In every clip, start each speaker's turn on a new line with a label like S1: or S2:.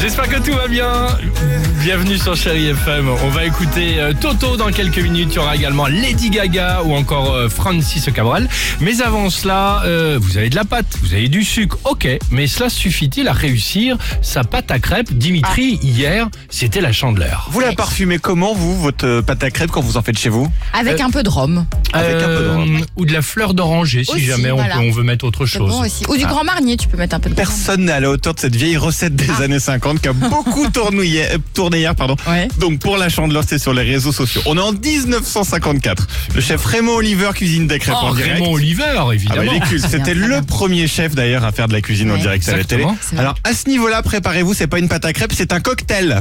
S1: j'espère que tout va bien. Bienvenue sur Chéri FM. On va écouter euh, Toto dans quelques minutes. Il y aura également Lady Gaga ou encore euh, Francis Cabral. Mais avant cela, euh, vous avez de la pâte, vous avez du sucre, ok. Mais cela suffit-il à réussir sa pâte à crêpes
S2: Ah.
S1: Dimitri, hier, c'était la chandeleur.
S3: Vous la parfumez comment, vous, votre euh, pâte à crêpes, quand vous en faites chez vous
S2: Avec un peu de rhum.
S3: Avec un peu de rhum.
S1: Euh, Ou de la fleur d'oranger, si
S2: Aussi,
S1: jamais on,
S2: voilà.
S1: peut- on veut mettre autre
S2: C'est
S1: chose.
S2: bon aussi. Ou du grand marnier, tu peux mettre un peu de grand marnier.
S3: Personne n'est à la hauteur de cette vieille recette des
S2: Ah.
S3: années 50 qui a beaucoup tourné hier. euh, tourné hier, pardon.
S2: Ouais.
S3: Donc, pour la chandeleur, c'est sur les réseaux sociaux. On est en 1954. Le chef Raymond Oliver cuisine des crêpes
S1: Oh,
S3: en direct.
S1: Raymond Oliver,
S3: Ah bah,
S1: évidemment.
S3: il est culte.
S2: Très bien,
S3: C'était le
S2: très bien.
S3: premier chef d'ailleurs à faire de la cuisine en
S2: Ouais.
S3: direct à la télé.
S1: Exactement.
S2: C'est vrai.
S3: Alors à ce niveau-là, préparez-vous, c'est pas une pâte à crêpes, c'est un cocktail.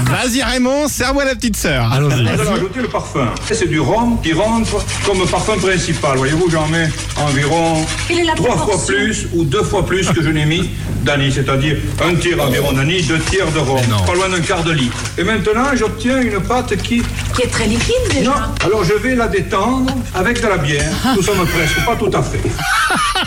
S3: Vas-y Raymond, serre-moi la petite sœur.
S1: Allons-y.
S4: Nous allons ajouter le parfum. Et C'est du rhum qui rentre comme parfum principal. Voyez-vous, j'en mets environ
S5: Quelle est la
S4: trois fois
S5: proportion
S4: plus ou deux fois plus que je n'ai mis d'anis, c'est-à-dire un tiers environ d'anis, deux tiers de rhum,
S1: non.
S4: pas loin d'un quart de litre. Et maintenant, j'obtiens une pâte qui...
S5: qui est très liquide déjà.
S4: Non, alors je vais la détendre avec de la bière. Nous sommes presque, pas tout à fait.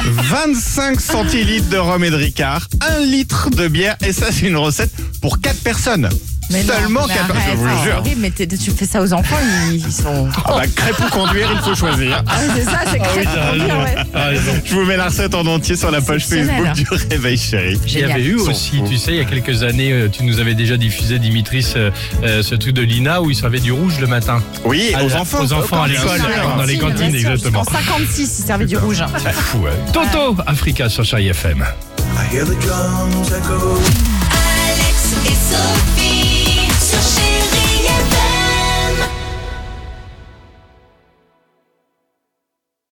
S3: 25 centilitres de rhum et de ricard, 1 litre de bière, et ça c'est une recette pour 4 personnes.
S2: Mais non,
S3: Seulement
S2: mais
S3: 4 personnes,
S2: arrête, Oh.
S3: je vous le
S2: c'est
S3: jure.
S2: horrible, mais t'es- tu fais ça aux enfants, ils, ils sont.
S3: Ah bah crêpes ou conduire, il faut choisir.
S2: Ah, c'est ça, c'est crêpes
S1: Ah,
S2: pour dire, ouais.
S1: raison. Ah, raison.
S3: Je vous mets la recette en entier sur la page Facebook
S2: Exceptionnel.
S3: du Réveil Chéri.
S1: Il y
S2: Génial.
S1: avait eu
S3: Ils sont
S1: aussi,
S3: fous.
S1: tu sais, il y a quelques années, euh, tu nous avais déjà diffusé, Dimitri, ce, euh, ce truc de Lina où il servait du rouge le matin.
S3: Oui,
S1: À
S3: aux
S1: la-
S3: enfants.
S1: aux enfants à l'école,
S2: Dans
S1: dans les
S2: la cantine,
S1: cantines,
S2: bien sûr,
S1: exactement.
S2: En 56, il servait du rouge. hein.
S1: C'est fou, ouais. Toto, Africa sur Chéri FM.
S6: Alex et Sophie sur Chérie